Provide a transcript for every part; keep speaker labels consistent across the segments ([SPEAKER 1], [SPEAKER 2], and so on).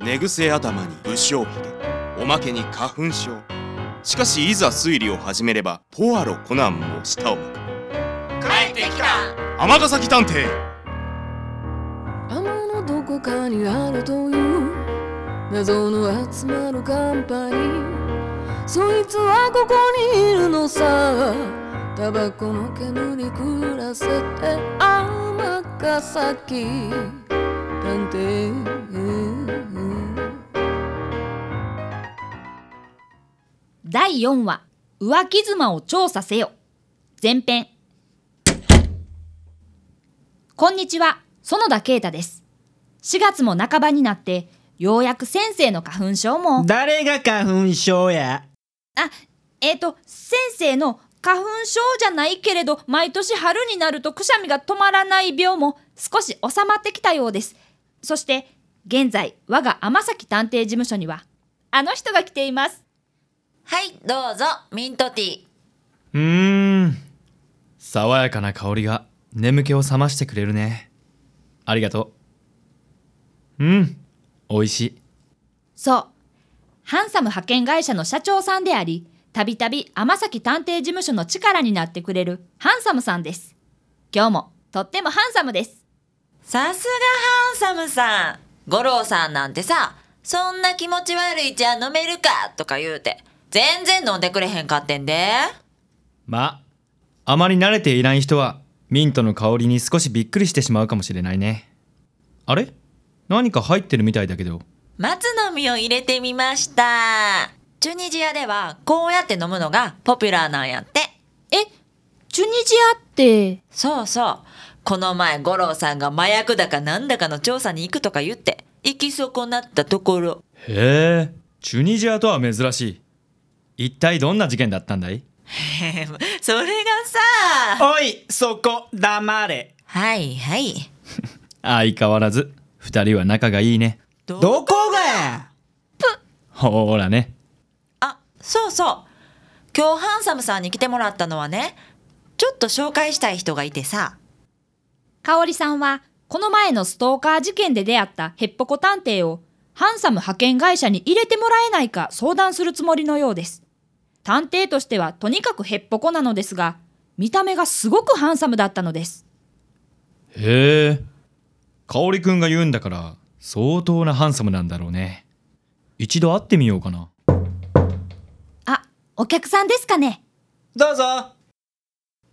[SPEAKER 1] 寝癖頭に不祥髭おまけに花粉症しかしいざ推理を始めればポアロコナンも舌を巻く
[SPEAKER 2] 帰ってきた
[SPEAKER 1] 尼崎探偵
[SPEAKER 3] 雨のどこかにあるという謎の集まるカンパニーそいつはここにいるのさタバコの煙に暮らせて天ヶ崎探偵
[SPEAKER 4] 第4話浮気妻を調査せよ前編こんにちは園田啓太です4月も半ばになってようやく先生の花粉症も
[SPEAKER 5] 誰が花粉症や
[SPEAKER 4] あえっ、と先生の花粉症じゃないけれど毎年春になるとくしゃみが止まらない病も少し収まってきたようですそして現在我が天崎探偵事務所にはあの人が来ています
[SPEAKER 2] はいどうぞミントティー
[SPEAKER 6] うーん爽やかな香りが眠気を覚ましてくれるねありがとううん美味しい
[SPEAKER 4] そう。ハンサム派遣会社の社長さんであり、たびたび天崎探偵事務所の力になってくれるハンサムさんです。今日もとってもハンサムです。
[SPEAKER 2] さすがハンサムさん五郎さんなんてさそんな気持ち悪いじゃ飲めるかとか言うて全然飲んでくれへんかってんで
[SPEAKER 6] まああまり慣れていない人はミントの香りに少しびっくりしてしまうかもしれないねあれ何か入ってるみたいだけど
[SPEAKER 2] 松の実を入れてみましたチュニジアではこうやって飲むのがポピュラーなんやって
[SPEAKER 4] え、チュニジアって、
[SPEAKER 2] そうそうこの前五郎さんが麻薬だかなんだかの調査に行くとか言って行き損なったところ
[SPEAKER 6] へえチュニジアとは珍しい一体どんな事件だったんだい
[SPEAKER 2] それがさ
[SPEAKER 5] おいそこ黙れ
[SPEAKER 2] はいはい
[SPEAKER 6] 相変わらず二人は仲がいいね
[SPEAKER 5] どこがや
[SPEAKER 6] ほーらね
[SPEAKER 2] あそうそう今日ハンサムさんに来てもらったのはねちょっと紹介したい人がいてさ
[SPEAKER 4] 香織さんはこの前のストーカー事件で出会ったヘッポコ探偵をハンサム派遣会社に入れてもらえないか相談するつもりのようです。探偵としてはとにかくヘッポコなのですが、見た目がすごくハンサムだったのです。
[SPEAKER 6] へえ香織くんが言うんだから相当なハンサムなんだろうね一度会ってみようかな
[SPEAKER 4] あ、お客さんですかね
[SPEAKER 5] どうぞ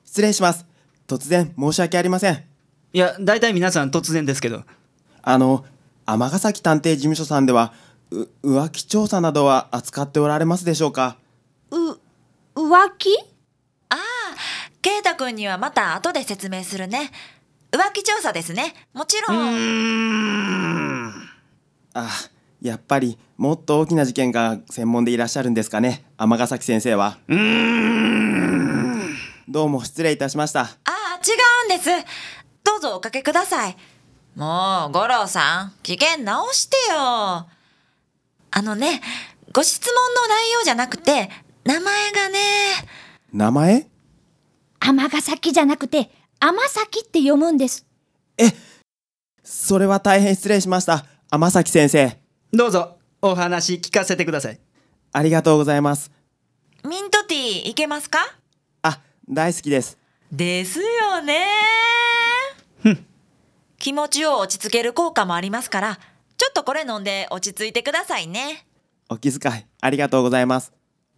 [SPEAKER 7] 失礼します突然申し訳ありません
[SPEAKER 5] いや大体皆さん突然ですけど
[SPEAKER 7] あの尼崎探偵事務所さんではう浮気調査などは扱っておられますでしょうか
[SPEAKER 4] う、浮気
[SPEAKER 2] 圭太君にはまた後で説明するね浮気調査ですねもちろん
[SPEAKER 7] あやっぱりもっと大きな事件が専門でいらっしゃるんですかね尼崎先生はどうも失礼いたしました
[SPEAKER 2] ああ、違うんです。どうぞおかけください。もう、五郎さん、機嫌直してよ。あのね、ご質問の内容じゃなくて、名前がね、
[SPEAKER 7] 名前
[SPEAKER 4] 尼崎じゃなくて、天崎って読むんです。
[SPEAKER 7] それは大変失礼しました天崎先生
[SPEAKER 5] どうぞお話聞かせてください
[SPEAKER 7] ありがとうございます
[SPEAKER 2] ミントティーいけますか
[SPEAKER 7] あ大好きです
[SPEAKER 2] ですよね気持ちを落ち着ける効果もありますから、ちょっとこれ飲んで落ち着いてくださいね。
[SPEAKER 7] お気遣いありがとうございます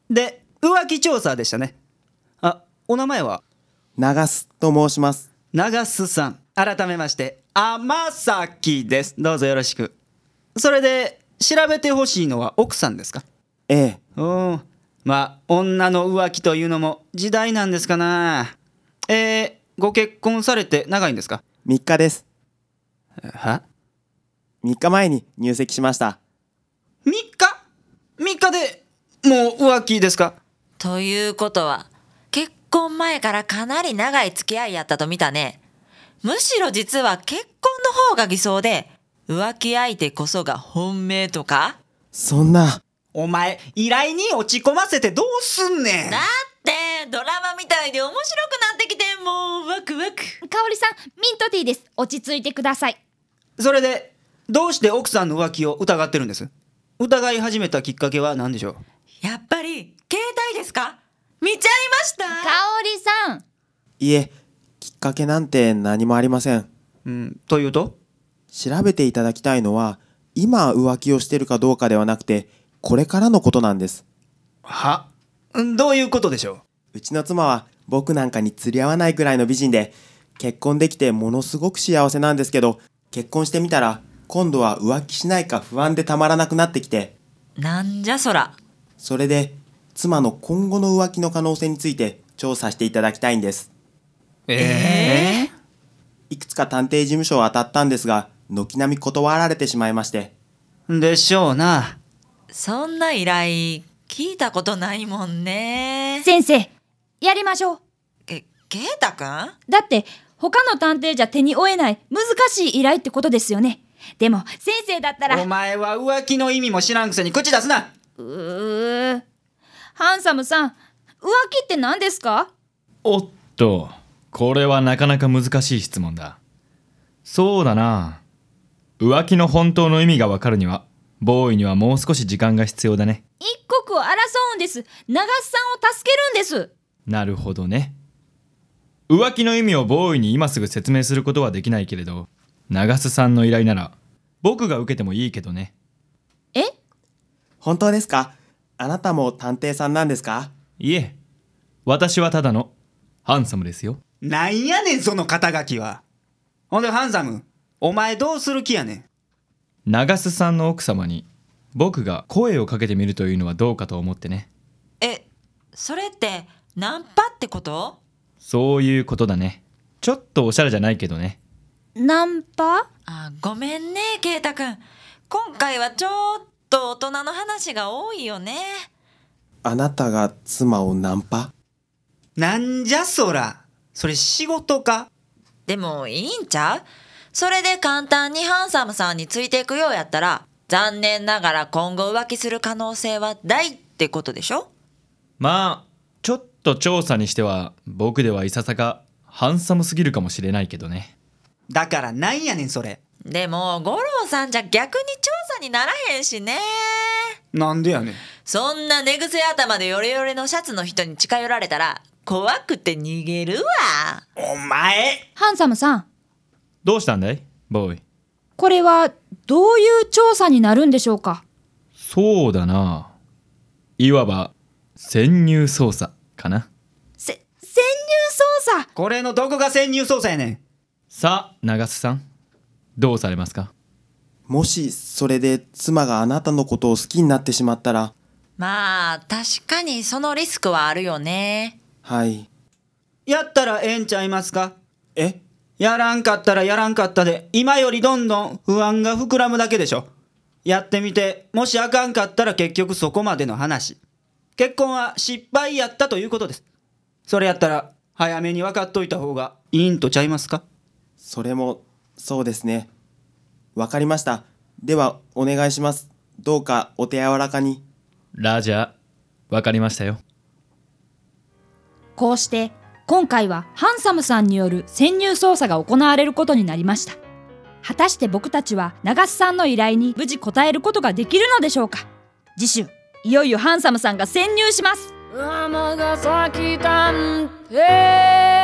[SPEAKER 5] で浮気調査でしたねあお名前は
[SPEAKER 7] 長須と申します
[SPEAKER 5] 長須さん改めまして天崎ですどうぞよろしくそれで調べてほしいのは奥さんですか
[SPEAKER 7] ええ
[SPEAKER 5] うんまあ女の浮気というのも時代なんですかなえー、ご結婚されて長いんですか
[SPEAKER 7] 3日です
[SPEAKER 5] は
[SPEAKER 7] 3日前に入籍しました
[SPEAKER 5] 3日 ?3 日でもう浮気ですか
[SPEAKER 2] ということは、結婚前からかなり長い付き合いやったと見たね。むしろ実は結婚の方が偽装で、浮気相手こそが本命とか
[SPEAKER 7] そんな
[SPEAKER 5] お前依頼に落ち込ませてどうすんねん
[SPEAKER 2] だって、ドラマみたいで面白くなってきて、もうワクワク。
[SPEAKER 4] 香織さん、ミントティーです。落ち着いてください。
[SPEAKER 5] それでどうして奥さんの浮気を疑ってるんです疑い始めたきっかけは何でしょう
[SPEAKER 2] やっぱり携帯ですか見ちゃいました
[SPEAKER 8] かおりさん
[SPEAKER 7] いえきっかけなんて何もありません
[SPEAKER 5] うんというと
[SPEAKER 7] 調べていただきたいのは今浮気をしてるかどうかではなくてこれからのことなんです
[SPEAKER 5] はうんどういうことでしょ
[SPEAKER 7] うちの妻は僕なんかに釣り合わないくらいの美人で結婚できてものすごく幸せなんですけど結婚してみたら今度は浮気しないか不安でたまらなくなってきて
[SPEAKER 2] なんじゃそら
[SPEAKER 7] それで妻の今後の浮気の可能性について調査していただきたいんです
[SPEAKER 2] え
[SPEAKER 7] いくつか探偵事務所を当たったんですが軒並み断られてしまいまして
[SPEAKER 5] うんでしょうな
[SPEAKER 2] そんな依頼聞いたことないもんね
[SPEAKER 4] 先生、やりましょう。
[SPEAKER 2] け圭太くん
[SPEAKER 4] だって、他の探偵じゃ手に負えない難しい依頼ってことですよね。でも、先生だったら、
[SPEAKER 5] お前は浮気の意味も知らんくせに口出すな
[SPEAKER 4] うーハンサムさん、浮気って何ですか
[SPEAKER 6] おっとこれはなかなか難しい質問だそうだな浮気の本当の意味がわかるにはボーイにはもう少し時間が必要だね
[SPEAKER 4] 一刻を争うんです。長須さんを助けるんです。
[SPEAKER 6] なるほどね浮気の意味をボーイに今すぐ説明することはできないけれど長須さんの依頼なら僕が受けてもいいけどね
[SPEAKER 4] え
[SPEAKER 7] 本当ですかあなたも探偵さんなんですか
[SPEAKER 6] いえ私はただのハンサムですよ
[SPEAKER 5] なんやねんその肩書きはほんでハンサムお前どうする気やねん
[SPEAKER 6] 長須さんの奥様に僕が声をかけてみるというのはどうかと思ってね
[SPEAKER 2] えそれってナンパってこと
[SPEAKER 6] そういうことだねちょっとおしゃれじゃないけどね
[SPEAKER 4] ナンパ
[SPEAKER 2] あごめんね圭太くん今回はちょっと大人の話が多いよね
[SPEAKER 7] あなたが妻をナンパ
[SPEAKER 5] なんじゃそらそれ仕事か
[SPEAKER 2] でもいいんちゃうそれで簡単にハンサムさんについていくようやったら残念ながら今後浮気する可能性は大ってことでしょ
[SPEAKER 6] まあちょっと調査にしては僕ではいささかハンサムすぎるかもしれないけどね
[SPEAKER 5] だからなんやねんそれ
[SPEAKER 2] でも五郎さんじゃ逆に調査にならへんしね
[SPEAKER 5] なんでやねん
[SPEAKER 2] そんな寝癖頭でヨレヨレのシャツの人に近寄られたら怖くて逃げるわ
[SPEAKER 5] お前
[SPEAKER 4] ハンサムさん、
[SPEAKER 6] どうしたんだいボーイ
[SPEAKER 4] これはどういう調査になるんでしょうか
[SPEAKER 6] そうだないわば潜入捜査かな
[SPEAKER 4] せ、潜入捜査
[SPEAKER 5] これのどこが潜入捜査やねん
[SPEAKER 6] さあ長須さんどうされますか
[SPEAKER 7] もしそれで妻があなたのことを好きになってしまったら
[SPEAKER 2] まあ確かにそのリスクはあるよね
[SPEAKER 7] はい
[SPEAKER 5] やったらええんちゃいますか
[SPEAKER 7] え
[SPEAKER 5] やらんかったらやらんかったで今よりどんどん不安が膨らむだけでしょやってみてもしあかんかったら結局そこまでの話結婚は失敗やったということですそれやったら早めに分かっといた方がいいんとちゃいますか
[SPEAKER 7] それもそうですねわかりましたではお願いしますどうかお手柔らかに
[SPEAKER 6] ラジャーわかりましたよ
[SPEAKER 4] こうして今回はハンサムさんによる潜入捜査が行われることになりました果たして僕たちは長須さんの依頼に無事応えることができるのでしょうか次週いよいよハンサムさんが潜入します
[SPEAKER 3] 尼崎探偵